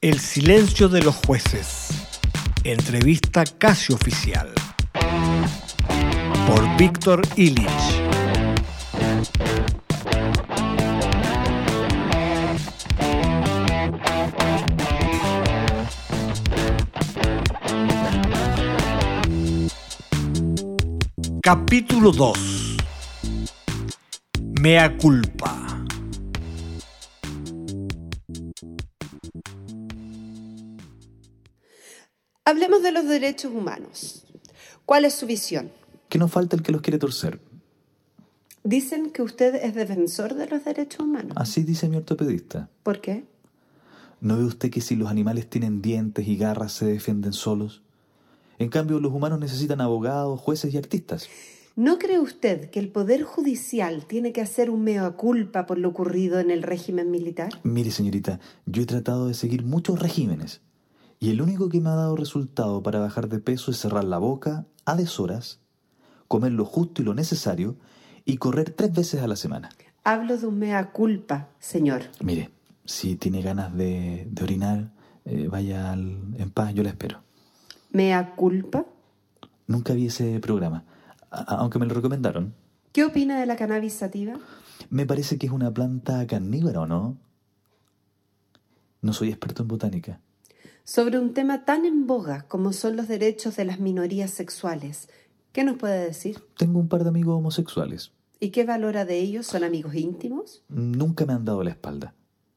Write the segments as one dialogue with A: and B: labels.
A: El silencio de los jueces. Entrevista casi oficial. Por Víctor Illich. Capítulo 2. Mea culpa.
B: Hablemos de los derechos humanos. ¿Cuál es su visión?
C: Que no falta el que los quiere torcer.
B: Dicen que usted es defensor de los derechos humanos.
C: Así dice mi ortopedista.
B: ¿Por qué?
C: ¿No ve usted que si los animales tienen dientes y garras se defienden solos? En cambio, los humanos necesitan abogados, jueces y artistas.
B: ¿No cree usted que el Poder Judicial tiene que hacer un mea culpa por lo ocurrido en el régimen militar?
C: Mire, señorita, yo he tratado de seguir muchos regímenes. Y el único que me ha dado resultado para bajar de peso es cerrar la boca a deshoras, comer lo justo y lo necesario y correr tres veces a la semana.
B: Hablo de un mea culpa, señor.
C: Mire, si tiene ganas de, de orinar, eh, vaya al- en paz, yo la espero.
B: ¿Mea culpa?
C: Nunca vi ese programa, a- a- aunque me lo recomendaron.
B: ¿Qué opina de la cannabis sativa?
C: Me parece que es una planta carnívora, ¿o no? No soy experto en botánica.
B: Sobre un tema tan en boga como son los derechos de las minorías sexuales, ¿qué nos puede decir?
C: Tengo un par de amigos homosexuales.
B: ¿Y qué valora de ellos? ¿Son amigos íntimos?
C: Nunca me han dado la espalda.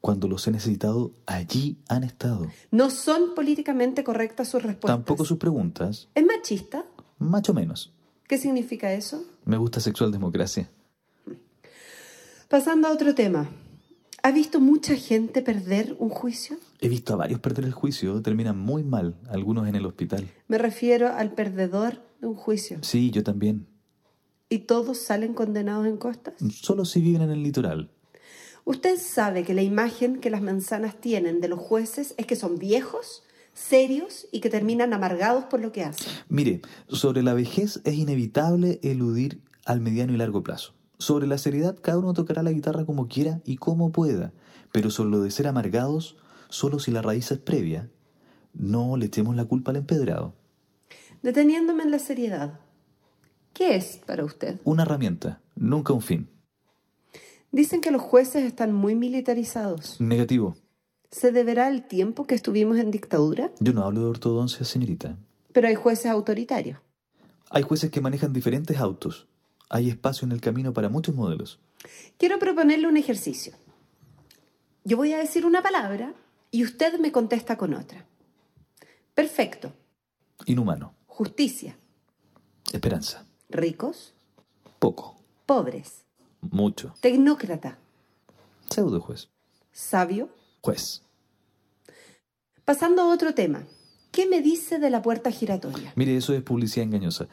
C: Cuando los he necesitado, allí han estado.
B: ¿No son políticamente correctas sus respuestas?
C: Tampoco sus preguntas.
B: ¿Es machista?
C: Más o menos.
B: ¿Qué significa eso?
C: Me gusta sexual democracia.
B: Pasando a otro tema. ¿Ha visto mucha gente perder un juicio?
C: He visto a varios perder el juicio, terminan muy mal, algunos en el hospital.
B: Me refiero al perdedor de un juicio.
C: Sí, yo también.
B: ¿Y todos salen condenados en costas?
C: Solo si viven en el litoral.
B: Usted sabe que la imagen que las manzanas tienen de los jueces es que son viejos, serios y que terminan amargados por lo que hacen.
C: Mire, sobre la vejez es inevitable eludir al mediano y largo plazo. Sobre la seriedad, cada uno tocará la guitarra como quiera y como pueda, pero sobre lo de ser amargados, solo si la raíz es previa, no le echemos la culpa al empedrado.
B: Deteniéndome en la seriedad, ¿qué es para usted?
C: Una herramienta, nunca un fin.
B: Dicen que los jueces están muy militarizados.
C: Negativo.
B: ¿Se deberá al tiempo que estuvimos en dictadura?
C: Yo no hablo de ortodoncia, señorita.
B: Pero hay jueces autoritarios.
C: Hay jueces que manejan diferentes autos. Hay espacio en el camino para muchos modelos.
B: Quiero proponerle un ejercicio. Yo voy a decir una palabra y usted me contesta con otra. Perfecto.
C: Inhumano.
B: Justicia.
C: Esperanza.
B: Ricos.
C: Poco.
B: Pobres.
C: Mucho.
B: Tecnócrata.
C: Pseudo juez.
B: Sabio.
C: Juez.
B: Pasando a otro tema. ¿Qué me dice de la puerta giratoria?
C: Mire, eso es publicidad engañosa.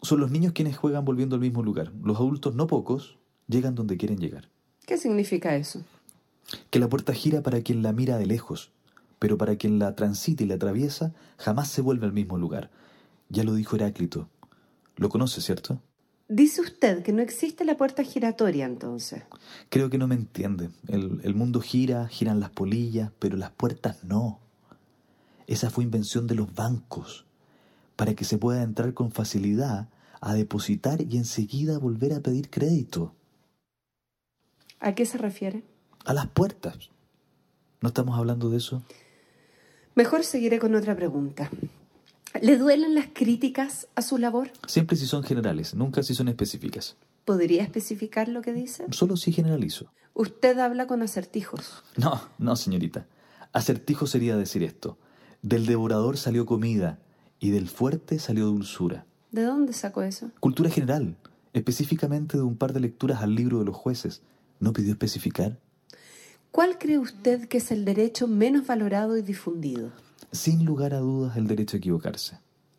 C: Son los niños quienes juegan volviendo al mismo lugar. Los adultos, no pocos, llegan donde quieren llegar.
B: ¿Qué significa eso?
C: Que la puerta gira para quien la mira de lejos, pero para quien la transita y la atraviesa, jamás se vuelve al mismo lugar. Ya lo dijo Heráclito. Lo conoce, ¿cierto?
B: Dice usted que no existe la puerta giratoria entonces.
C: Creo que no me entiende. El, el mundo gira, giran las polillas, pero las puertas no. Esa fue invención de los bancos, para que se pueda entrar con facilidad a depositar y enseguida volver a pedir crédito.
B: ¿A qué se refiere?
C: A las puertas. ¿No estamos hablando de eso?
B: Mejor seguiré con otra pregunta. ¿Le duelen las críticas a su labor?
C: Siempre si son generales, nunca si son específicas.
B: ¿Podría especificar lo que dice?
C: Solo si generalizo.
B: Usted habla con acertijos.
C: No, no, señorita. Acertijo sería decir esto. Del devorador salió comida y del fuerte salió dulzura.
B: ¿De dónde sacó eso?
C: Cultura general, específicamente de un par de lecturas al libro de los jueces. ¿No pidió especificar?
B: ¿Cuál cree usted que es el derecho menos valorado y difundido?
C: Sin lugar a dudas el derecho a equivocarse.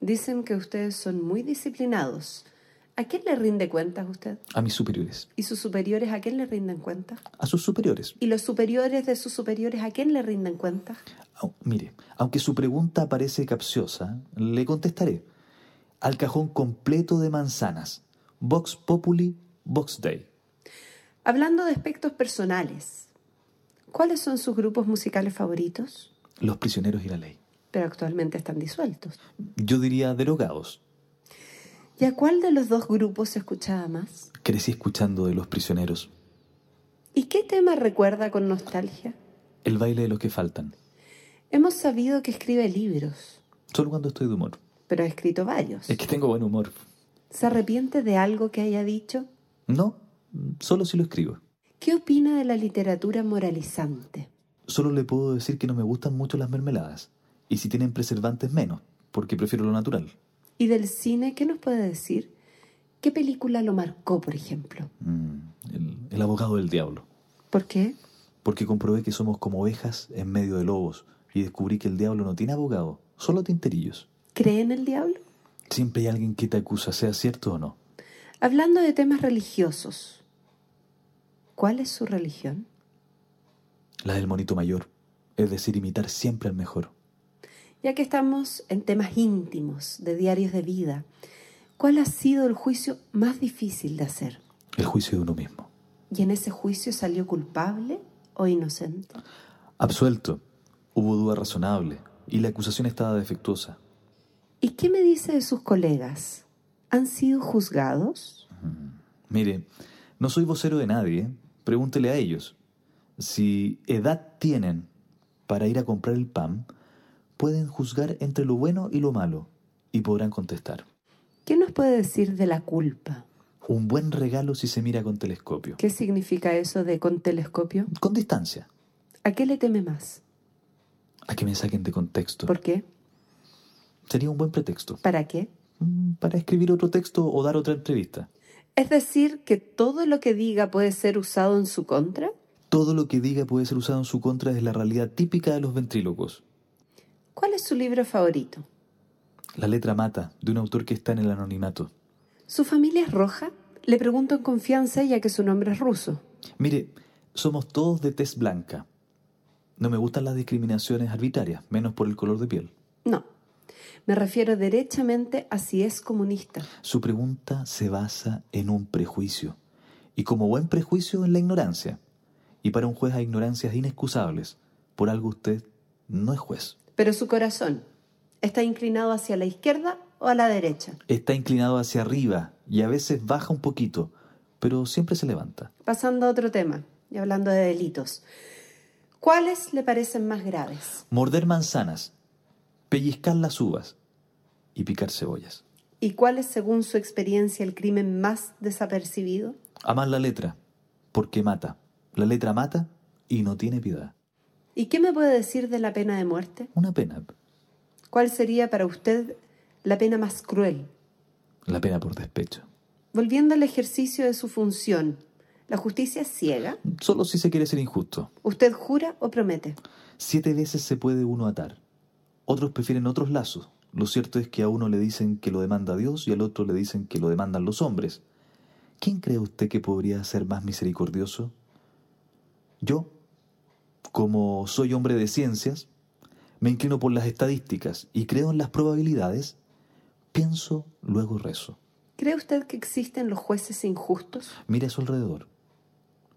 B: Dicen que ustedes son muy disciplinados. ¿A quién le rinde cuentas usted?
C: A mis superiores.
B: ¿Y sus superiores a quién le rinden cuentas?
C: A sus superiores.
B: ¿Y los superiores de sus superiores a quién le rinden cuentas?
C: Au- mire, aunque su pregunta parece capciosa, le contestaré. Al cajón completo de manzanas. Vox Populi, Vox Dei.
B: Hablando de aspectos personales, ¿cuáles son sus grupos musicales favoritos?
C: los prisioneros y la ley.
B: pero actualmente están disueltos.
C: Yo diría derogados.
B: ¿Y a cuál de los dos grupos se escuchaba más?
C: Crecí escuchando de los prisioneros.
B: ¿Y qué tema recuerda con nostalgia?
C: El baile de los que faltan.
B: Hemos sabido que escribe libros,
C: Solo cuando estoy de humor.
B: pero ha escrito varios.
C: Es que tengo buen humor.
B: ¿Se arrepiente de algo que haya dicho?
C: No, solo si lo escribo.
B: ¿Qué opina de la literatura moralizante?
C: Solo le puedo decir que no me gustan mucho las mermeladas. Y si tienen preservantes, menos, porque prefiero lo natural.
B: ¿Y del cine qué nos puede decir? ¿Qué película lo marcó, por ejemplo?
C: Mm, el, el abogado del diablo.
B: ¿Por qué?
C: Porque comprobé que somos como ovejas en medio de lobos y descubrí que el diablo no tiene abogado, solo tinterillos.
B: ¿Cree en el diablo?
C: Siempre hay alguien que te acusa, sea cierto o no.
B: Hablando de temas religiosos, ¿cuál es su religión?
C: La del monito mayor. Es decir, imitar siempre al mejor.
B: Ya que estamos en temas íntimos, de diarios de vida, ¿cuál ha sido el juicio más difícil de hacer?
C: El juicio de uno mismo.
B: ¿Y en ese juicio salió culpable o inocente?
C: Absuelto. Hubo duda razonable y la acusación estaba defectuosa.
B: ¿Y qué me dice de sus colegas? ¿Han sido juzgados?
C: Mire, no soy vocero de nadie. ¿eh? Pregúntele a ellos. Si edad tienen para ir a comprar el pan, pueden juzgar entre lo bueno y lo malo y podrán contestar.
B: ¿Qué nos puede decir de la culpa?
C: Un buen regalo si se mira con telescopio.
B: ¿Qué significa eso de con telescopio?
C: Con distancia.
B: ¿A qué le teme más?
C: A que me saquen de contexto.
B: ¿Por qué?
C: Sería un buen pretexto.
B: ¿Para qué?
C: Mm, Para escribir otro texto o dar otra entrevista.
B: Es decir, que todo lo que diga puede ser usado en su contra.
C: Todo lo que diga puede ser usado en su contra es la realidad típica de los ventrílocos.
B: ¿Cuál es su libro favorito?
C: La letra mata, de un autor que está en el anonimato.
B: ¿Su familia es roja? Le pregunto en confianza ya que su nombre es ruso.
C: Mire, somos todos de tez blanca. No me gustan las discriminaciones arbitrarias, menos por el color de piel.
B: No. Me refiero derechamente a si es comunista.
C: Su pregunta se basa en un prejuicio. Y como buen prejuicio en la ignorancia. Y para un juez hay ignorancias inexcusables. Por algo usted no es juez.
B: Pero su corazón está inclinado hacia la izquierda o a la derecha.
C: Está inclinado hacia arriba y a veces baja un poquito, pero siempre se levanta.
B: Pasando a otro tema y hablando de delitos. ¿Cuáles le parecen más graves?
C: Morder manzanas, pellizcar las uvas y picar cebollas.
B: ¿Y cuál es, según su experiencia, el crimen más desapercibido?
C: Amar la letra, porque mata. La letra mata y no tiene piedad.
B: ¿Y qué me puede decir de la pena de muerte?
C: Una pena.
B: ¿Cuál sería para usted la pena más cruel?
C: La pena por despecho.
B: Volviendo al ejercicio de su función, ¿la justicia es ciega?
C: Solo si se quiere ser injusto.
B: ¿Usted jura o promete?
C: Siete veces se puede uno atar. Otros prefieren otros lazos. Lo cierto es que a uno le dicen que lo demanda Dios y al otro le dicen que lo demandan los hombres. ¿Quién cree usted que podría ser más misericordioso? Yo, como soy hombre de ciencias, me inclino por las estadísticas y creo en las probabilidades, pienso, luego rezo.
B: ¿Cree usted que existen los jueces injustos?
C: Mire a su alrededor.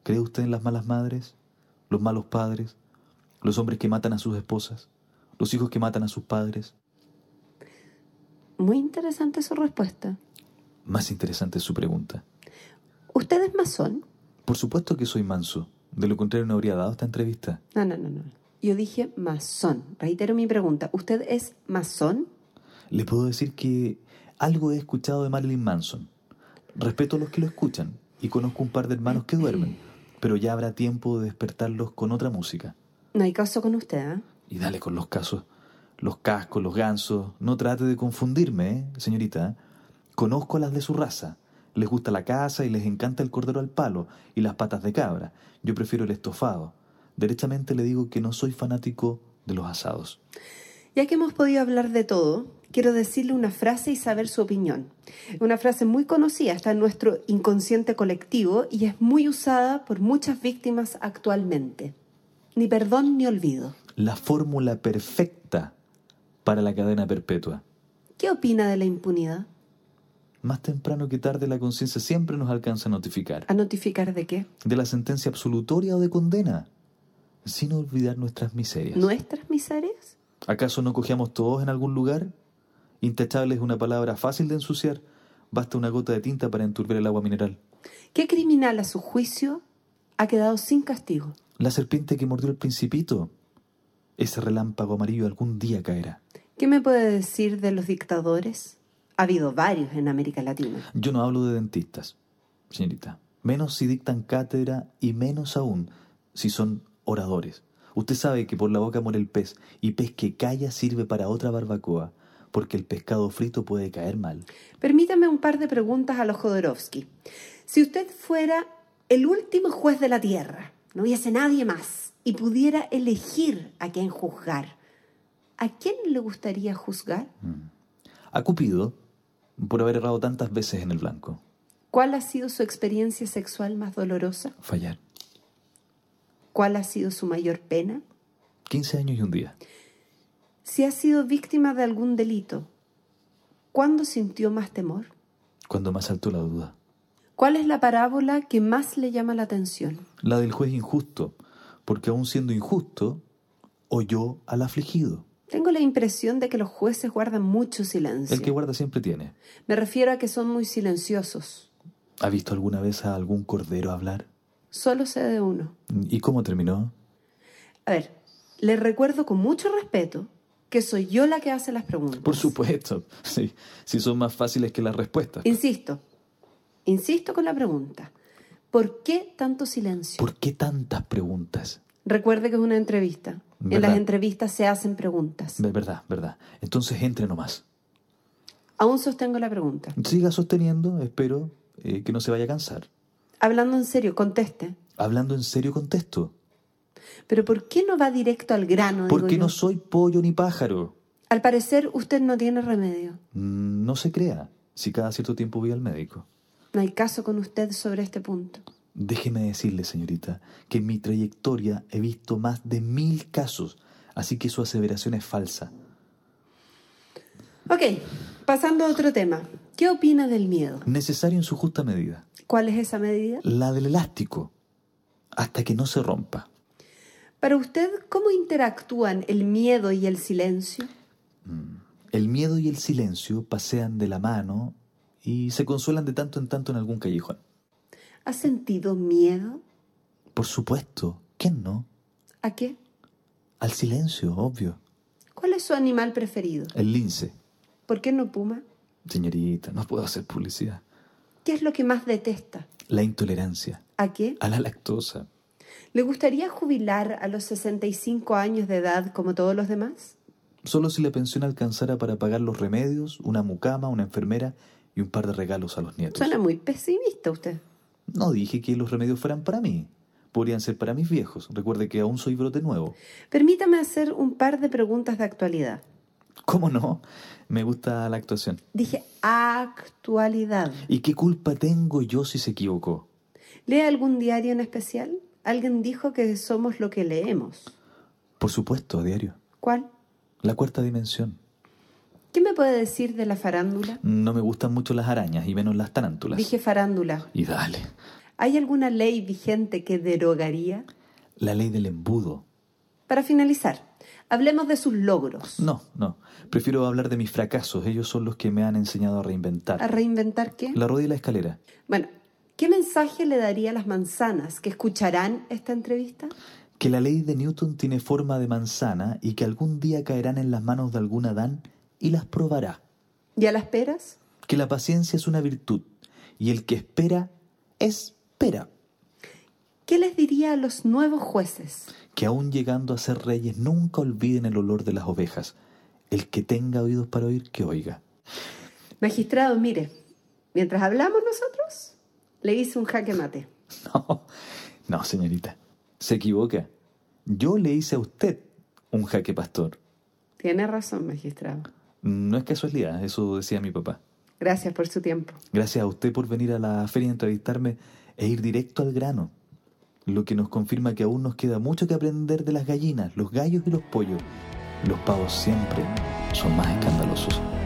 C: ¿Cree usted en las malas madres, los malos padres, los hombres que matan a sus esposas, los hijos que matan a sus padres?
B: Muy interesante su respuesta.
C: Más interesante es su pregunta.
B: ¿Usted es masón?
C: Por supuesto que soy manso. De lo contrario no habría dado esta entrevista.
B: No, no, no, no. Yo dije masón. Reitero mi pregunta. ¿Usted es masón?
C: Le puedo decir que algo he escuchado de Marilyn Manson. Respeto a los que lo escuchan y conozco un par de hermanos que duermen, pero ya habrá tiempo de despertarlos con otra música.
B: No hay caso con usted, ¿ah?
C: Y dale con los casos. Los cascos, los gansos. No trate de confundirme, ¿eh, señorita. Conozco a las de su raza. Les gusta la caza y les encanta el cordero al palo y las patas de cabra. Yo prefiero el estofado. Derechamente le digo que no soy fanático de los asados.
B: Ya que hemos podido hablar de todo, quiero decirle una frase y saber su opinión. Una frase muy conocida, está en nuestro inconsciente colectivo y es muy usada por muchas víctimas actualmente. Ni perdón ni olvido.
C: La fórmula perfecta para la cadena perpetua.
B: ¿Qué opina de la impunidad?
C: Más temprano que tarde la conciencia siempre nos alcanza a notificar.
B: ¿A notificar de qué?
C: de la sentencia absolutoria o de condena. sin olvidar nuestras miserias.
B: ¿Nuestras miserias?
C: ¿Acaso no cogíamos todos en algún lugar? Intachable es una palabra fácil de ensuciar. Basta una gota de tinta para enturbiar el agua mineral.
B: ¿Qué criminal a su juicio ha quedado sin castigo?
C: La serpiente que mordió el principito. Ese relámpago amarillo algún día caerá.
B: ¿Qué me puede decir de los dictadores? Ha habido varios en América Latina.
C: Yo no hablo de dentistas, señorita. Menos si dictan cátedra y menos aún si son oradores. Usted sabe que por la boca muere el pez y pez que calla sirve para otra barbacoa, porque el pescado frito puede caer mal.
B: Permítame un par de preguntas a los Jodorowsky. Si usted fuera el último juez de la Tierra, no hubiese nadie más, y pudiera elegir a quién juzgar, ¿a quién le gustaría juzgar?
C: A Mm. Cupido, por haber errado tantas veces en el blanco.
B: ¿Cuál ha sido su experiencia sexual más dolorosa?
C: Fallar.
B: ¿Cuál ha sido su mayor pena?
C: 15 años y un día.
B: Si ha sido víctima de algún delito, ¿cuándo sintió más temor?
C: Cuando más saltó la duda.
B: ¿Cuál es la parábola que más le llama la atención?
C: La del juez injusto, porque aun siendo injusto, oyó al afligido.
B: Tengo la impresión de que los jueces guardan mucho silencio.
C: El que guarda siempre tiene.
B: Me refiero a que son muy silenciosos.
C: ¿Ha visto alguna vez a algún cordero hablar?
B: Solo sé de uno.
C: ¿Y cómo terminó?
B: A ver, le recuerdo con mucho respeto que soy yo la que hace las preguntas.
C: Por supuesto, sí, sí son más fáciles que las respuestas.
B: Insisto, insisto con la pregunta. ¿Por qué tanto silencio?
C: ¿Por qué tantas preguntas?
B: Recuerde que es una entrevista. En
C: ¿Verdad?
B: las entrevistas se hacen preguntas.
C: Ve- Verdad, verdad. Entonces entre nomás.
B: Aún sostengo la pregunta.
C: Siga sosteniendo, espero eh, que no se vaya a cansar.
B: Hablando en serio, conteste.
C: Hablando en serio contexto.
B: Pero ¿por qué no va directo al grano? digo
C: Porque
B: yo?
C: no soy pollo ni pájaro.
B: Al parecer usted no tiene remedio.
C: Mm, No se crea, si cada cierto tiempo voy al médico.
B: No hay caso con usted sobre este punto.
C: Déjeme decirle, señorita, que en mi trayectoria he visto más de mil casos, así que su aseveración es falsa.
B: Ok, pasando a otro tema. ¿Qué opina del miedo?
C: Necesario en su justa medida.
B: ¿Cuál es esa medida?
C: La del elástico, hasta que no se rompa.
B: Para usted, ¿cómo interactúan el miedo y el silencio?
C: El miedo y el silencio pasean de la mano y se consuelan de tanto en tanto en algún callejón.
B: ¿Ha sentido miedo?
C: Por supuesto, ¿quién no?
B: ¿A qué?
C: Al silencio, obvio.
B: ¿Cuál es su animal preferido?
C: El lince.
B: ¿Por qué no puma?
C: Señorita, no puedo hacer publicidad.
B: ¿Qué es lo que más detesta?
C: La intolerancia
B: ¿A qué?
C: a la lactosa.
B: ¿Le gustaría jubilar a los 65 años de edad como todos los demás?
C: Solo si la pensión alcanzara para pagar los remedios, una mucama, una enfermera y un par de regalos a los nietos.
B: Suena muy pesimista usted.
C: No dije que los remedios fueran para mí. Podrían ser para mis viejos. Recuerde que aún soy brote nuevo.
B: Permítame hacer un par de preguntas de actualidad.
C: ¿Cómo no? Me gusta la actuación.
B: Dije actualidad.
C: ¿Y qué culpa tengo yo si se equivocó?
B: ¿Lee algún diario en especial? Alguien dijo que somos lo que leemos.
C: Por supuesto, a diario.
B: ¿Cuál?
C: La cuarta dimensión.
B: ¿Qué me puede decir de la farándula?
C: No me gustan mucho las arañas y menos las tarántulas.
B: Dije farándula.
C: Y dale.
B: ¿Hay alguna ley vigente que derogaría?
C: La ley del embudo.
B: Para finalizar, hablemos de sus logros.
C: No, no. Prefiero hablar de mis fracasos. Ellos son los que me han enseñado a reinventar.
B: ¿A reinventar qué?
C: La rueda y la escalera.
B: Bueno, ¿qué mensaje le daría a las manzanas que escucharán esta entrevista?
C: Que la ley de Newton tiene forma de manzana y que algún día caerán en las manos de algún Adán y las probará.
B: ¿Y a las peras?
C: Que la paciencia es una virtud y el que espera, espera.
B: ¿Qué les diría a los nuevos jueces?
C: Que aún llegando a ser reyes nunca olviden el olor de las ovejas. El que tenga oídos para oír, que oiga.
B: Magistrado, mire, mientras hablamos nosotros, le hice un jaque mate.
C: No, no, señorita. Se equivoca. Yo le hice a usted un jaque pastor.
B: Tiene razón, magistrado.
C: No es casualidad, eso decía mi papá.
B: Gracias por su tiempo.
C: Gracias a usted por venir a la feria a entrevistarme e ir directo al grano. Lo que nos confirma que aún nos queda mucho que aprender de las gallinas, los gallos y los pollos. Los pavos siempre son más escandalosos.